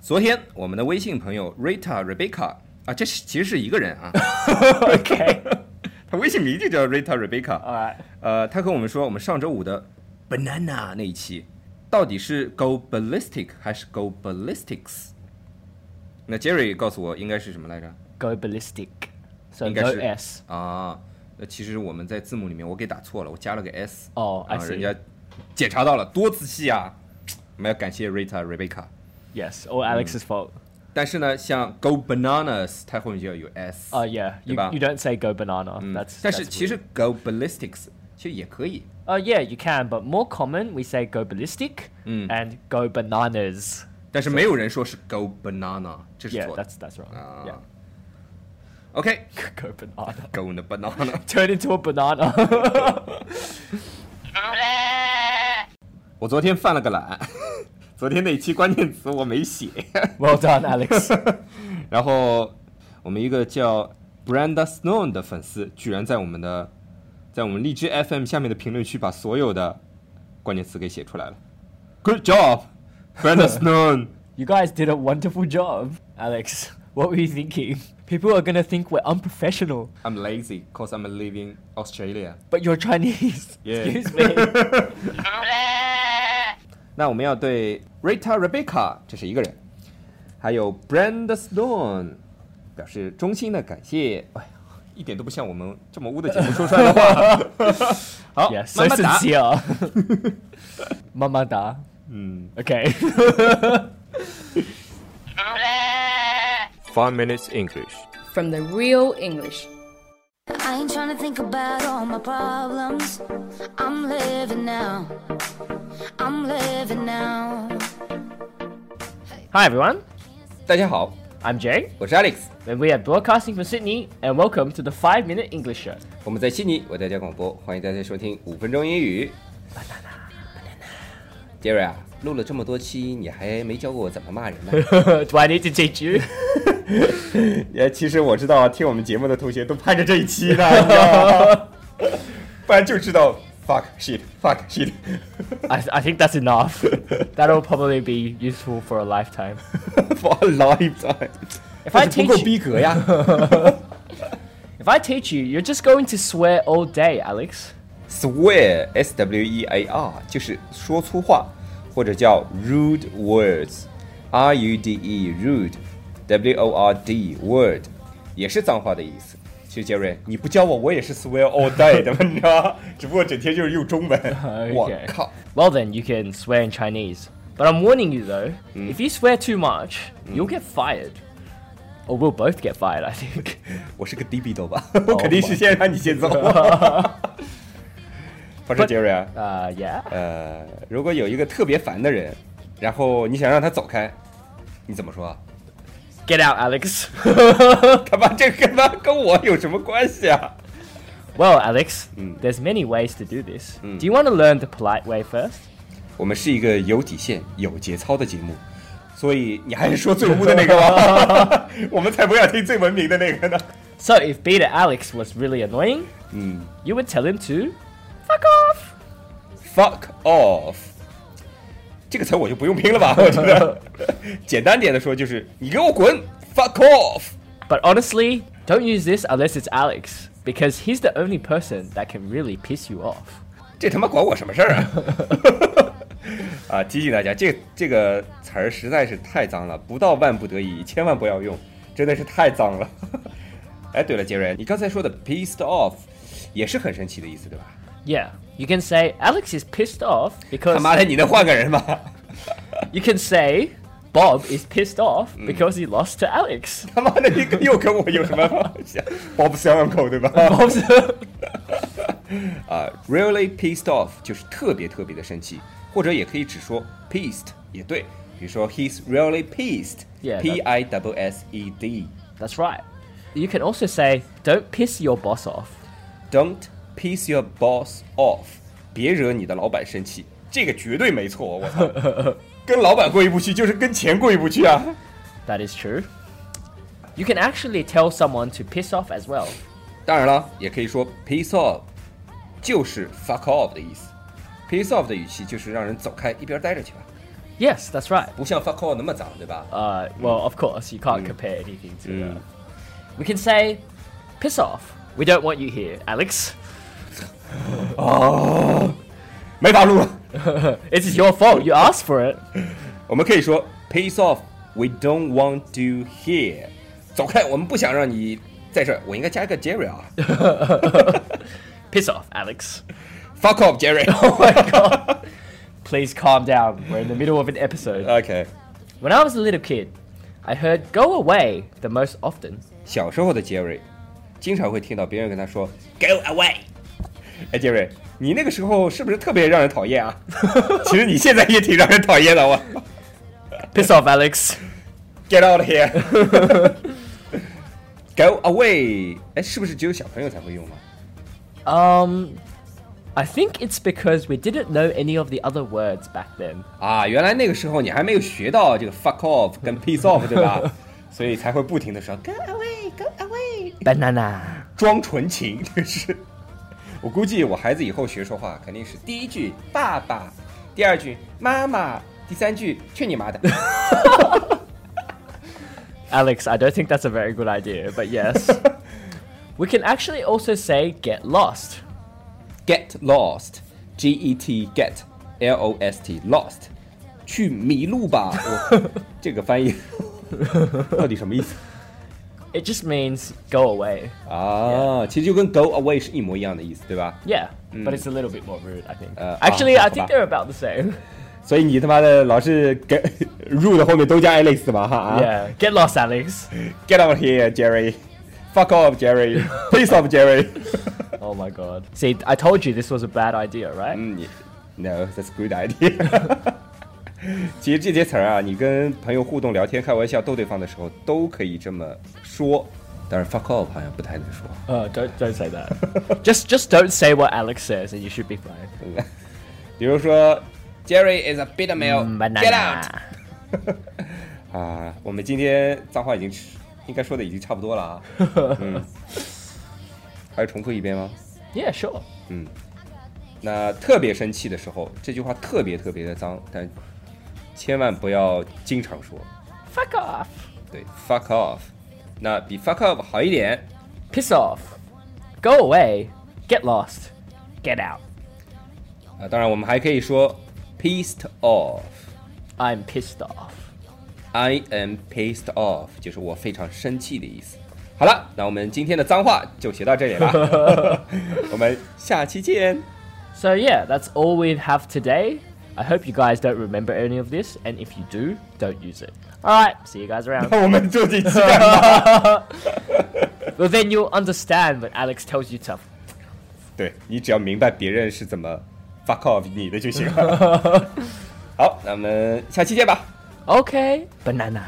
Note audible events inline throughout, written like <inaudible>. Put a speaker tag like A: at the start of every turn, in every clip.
A: 昨天我们的微信朋友 Rita Rebecca 啊，这是其实是一个人啊， <laughs>
B: <laughs> OK，
A: 他微信名就叫 Rita Rebecca。
B: all right.
A: 呃，他和我们说，我们上周五的 banana 那一期，到底是 go ballistic 还是 go ballistics？那 Jerry 告诉我应该是什么来着？
B: Go ballistic. So
A: 应
B: no
A: 该是
B: S.
A: 啊。那其实我们在字幕里面我给打错了，我加了个 s。
B: 哦
A: 啊
B: I，see
A: 人家检查到了，多仔细啊！我们要感谢 Rita Rebecca。
B: Yes, all
A: Mm.
B: Alex's fault.
A: 但是呢，像 go bananas，它后面就要有 s。
B: Oh yeah, you,
A: 对吧？
B: you don't say go banana.
A: 嗯
B: That's
A: 但
B: that's
A: 是其
B: weird.
A: 实 go ballistics 其实也可以。
B: Oh yeah, you can, but more common we say go ballistic
A: Mm.
B: and go bananas.
A: 但是没有人说是 go banana，这是
B: Yeah,
A: 错的
B: that's that's wrong.
A: 啊。
B: Yeah,
A: OK，go
B: <laughs> go banana.
A: in the banana。
B: Turn into a banana.
A: <laughs>
B: <laughs>
A: 我昨天犯了个懒， <laughs> 昨天那一期关键词我没写。 <laughs>
B: well done, Alex.
A: 然后我们一个叫 Branda Snow 的粉丝，居然在我们的在我们荔枝 FM 下面的评论区把所有的关键词给写出来了。Good <laughs> job，Branda Snow。
B: You guys did a wonderful job, Alex. What were you thinking? People are gonna think we're unprofessional,
A: I'm lazy cause I'm living Australia.
B: but you're Chinese.
A: Yeah. <laughs>
B: Excuse me.
A: 那我们要对 Rita Rebecca，这是一个人，还有 Brand Stone 表示衷心的感谢。哎呀，一点都不像我们这么污的节目说出
B: <laughs>
A: 来的话。好
B: yes,
A: 慢
B: so
A: 慢打。
B: sincere. <laughs> Mamada.
A: 嗯
B: Okay. <laughs>
A: ，Five minutes English。
C: From the real English.
D: I ain't tryna think about all my problems. I'm living now. I'm living now.
B: Hi everyone.
A: 大家好，
B: I'm Jay,
A: 我是 Alex，
B: and we are broadcasting from Sydney, and welcome to the Five Minute English Show.
A: 我们在悉尼为大家广播，欢迎大家收听五分钟英语。杰瑞啊，录了这么多期，你还没教过我怎么骂人呢？
B: <laughs> Do I need to teach <laughs> you?
A: <laughs> 也其实我知道，啊听我们节目的同学都盼着这一 <laughs> 期呢，你知道吗？不然就知道 fuck shit fuck shit。 <laughs>
B: I, I think that's <laughs> enough. That'll probably be useful for a lifetime.
A: For a lifetime，
B: If
A: 但
B: I
A: 是不够
B: teach,
A: 逼格呀。
B: if I teach you, you're just going to swear all day, Alex.
A: <laughs> Swear s w e a r 就是说粗话，或者叫 rude words r u d e rude w o r d word 也是脏话的意思。其实杰瑞，你不教我，我也是 swear all day 的，你知道吗？ <laughs> 只不过整天就是用中 <laughs> 文。我靠！
B: Well, then you can swear in Chinese. But I'm warning you though, if you swear too much, you'll get fired. Or we'll both get fired, I think. <laughs>
A: 我是个 d b 头吧，我 <laughs> 肯定是先让你先走。 <laughs> 不是杰瑞啊，
B: Uh, yeah.
A: 呃，如果有一个特别烦的人，然后你想让他走开，你怎么说啊？ <laughs>
B: Get out, Alex.
A: 他妈这跟他妈跟我有什么关系啊？
B: Well, Alex, there's many ways to do this. Do you want to learn the polite way first?
A: 我们是一个有底线、有节操的节目，所以你还是说最污的那个吧， <laughs> 我们才不要听最文明的那个呢。
B: So if Beta Alex was really annoying, you would tell him to fuck off.
A: Fuck off，这个词我就不用拼了吧，我觉 <laughs> 得简单点的说就是你给我滚，fuck off。
B: But honestly, don't use this unless it's Alex, because he's the only person that can really piss you off.
A: 这他妈管我什么事儿啊！ <laughs> 啊，提醒大家，这这个词儿实在是太脏了，不到万不得已，千万不要用，真的是太脏了。 <laughs> 哎，对了，杰瑞，你刚才说的 pissed off 也是很生气的意思，对吧？
B: Yeah, you can say Alex is pissed off
A: 他
B: because
A: 妈的，你能换个人吗？
B: <laughs>
A: <laughs>
B: you can say Bob is pissed off because he lost to Alex.
A: 他妈的，你跟又跟我有什么想？包不相让口，对吧？
B: Bob's
A: 啊，really pissed off 就是特别特别的生气，或者也可以只说 pissed 也对，比如说 he's really
B: Yeah,
A: pissed，P I W S E D。
B: <laughs> That's right. You can also say don't piss your boss off.
A: Don't piss your boss off，别惹你的老板生气，这个绝对没错。我操，跟老板过意不去就是跟钱过意不去啊。
B: That is true. You can actually tell someone to piss off as well.
A: 当然了，也可以说 piss off，就是 fuck off 的意思。piss off 的语气就是让人走开，一边待着去吧。
B: Yes, that's right. Mm.
A: 不像 fuck all 那么脏，对吧？
B: Uh, well, of course, you can't compare anything to that. We can say, piss off. We don't want you here, Alex.
A: 没法录了。
B: It's your fault. You asked for it. <laughs>
A: 我们可以说 piss off, we don't want to hear，走开，我们不想让你在这儿。我应该加一个 Jerry 啊
B: Piss off, Alex.
A: ，fuck off Jerry。
B: Please calm down. We're in the middle of an episode.
A: OK，
B: When I was a little kid, I heard go away the most often.
A: 小时候的 Jerry 经常会听到别人跟他说 go away。哎，Jerry，你那个时候是不是特别让人讨厌啊？其实你现在也挺让人讨厌的，我哦
B: Piss off, Alex.
A: get out of here 。Go away！哎，是不是只有小朋友才会用啊？
B: Um, I think it's because we didn't know any of the other words back then.
A: 啊，原来那个时候你还没有学到这个 fuck off 跟 piece off，对吧？所以才会不停的说 go away go away，
B: Banana.
A: 装纯情， <laughs> 这是。我估计我孩子以后学说话，肯定是第一句爸爸，第二句妈妈，第三句去你妈的。 <laughs>
B: Alex, I don't think that's a very good idea,
A: <laughs>
B: but yes. we can actually also say get lost.
A: get lost，G E T get L O S T lost，去迷路吧。我这个翻译 <laughs> 到底什么意思
B: It just means go away.
A: 啊？其实就跟 go away 是一模一样的意思，对吧？
B: Yeah, but it's a little bit more rude, I think.
A: Mm. Uh,
B: actually,
A: ah,
B: I
A: ah.
B: think they're about the
A: <laughs>
B: same.
A: 所以你他妈的老是跟 <laughs> 入的后面都加 Alex 吧哈啊
B: Yeah, get lost, Alex.
A: <laughs> g e t out here Jerry。Fuck off, Jerry. Peace off, Jerry.
B: Oh my god. See, I told you this was a bad idea, right?
A: Mm. 嗯 no, that's good idea. <laughs> 其实这些词儿啊，你跟朋友互动、聊天、开玩笑、逗对方的时候，都可以这么说。但是 fuck off 好像不太能说。
B: Oh, don't don't say that. <laughs> just just don't say what Alex says, and you should be fine.
A: 比如说，Jerry is a bitter male. Oh, Get
B: 嗯 Mm, Banana.
A: out. 啊，我们今天脏话已经吃应该说的已经差不多了啊。嗯，还要重复一遍吗？
B: Yeah, sure.
A: 那特别生气的时候，这句话特别特别的脏，但千万不要经常说。
B: Fuck off.
A: 对，fuck off。那比 fuck off 好一点。
B: Piss off. Go away. Get lost. Get out.
A: 啊，当然我们还可以说 pissed off。
B: I'm pissed off.
A: I am pissed off，就是我非常生气的意思。好了，那我们今天的脏话就学到这里 <laughs> 了，我们下期见。
B: So yeah, that's all we have today. I hope you guys don't remember any of this, and if you do, don't use it. All right, see you
A: <laughs>
B: guys around.
A: 我们究竟期待
B: well, then you'll understand when Alex tells you to.
A: <laughs> 对你只要明白别人是怎么 fuck off 你的就行 <laughs> 了。好，那我们下期见吧。
B: Okay, banana.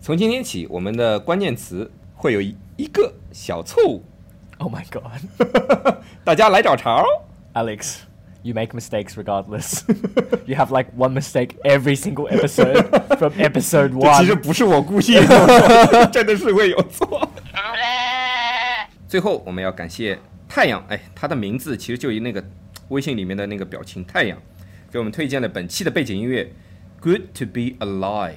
A: 从今天起，我们的关键词会有一一个小错误， <laughs>
B: Oh my god. <laughs>
A: 大家来找茬哦。
B: Alex, you make mistakes regardless. <laughs> you have like one mistake every single episode from episode
A: 这其实
B: one.
A: 不是我故意的， <laughs> 真的是会有错。 <laughs> 最后，我们要感谢太阳，哎，他的名字其实就一那个微信里面的那个表情太阳，给我们推荐了本期的背景音乐《Good to Be Alive》。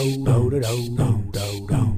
E: do do do do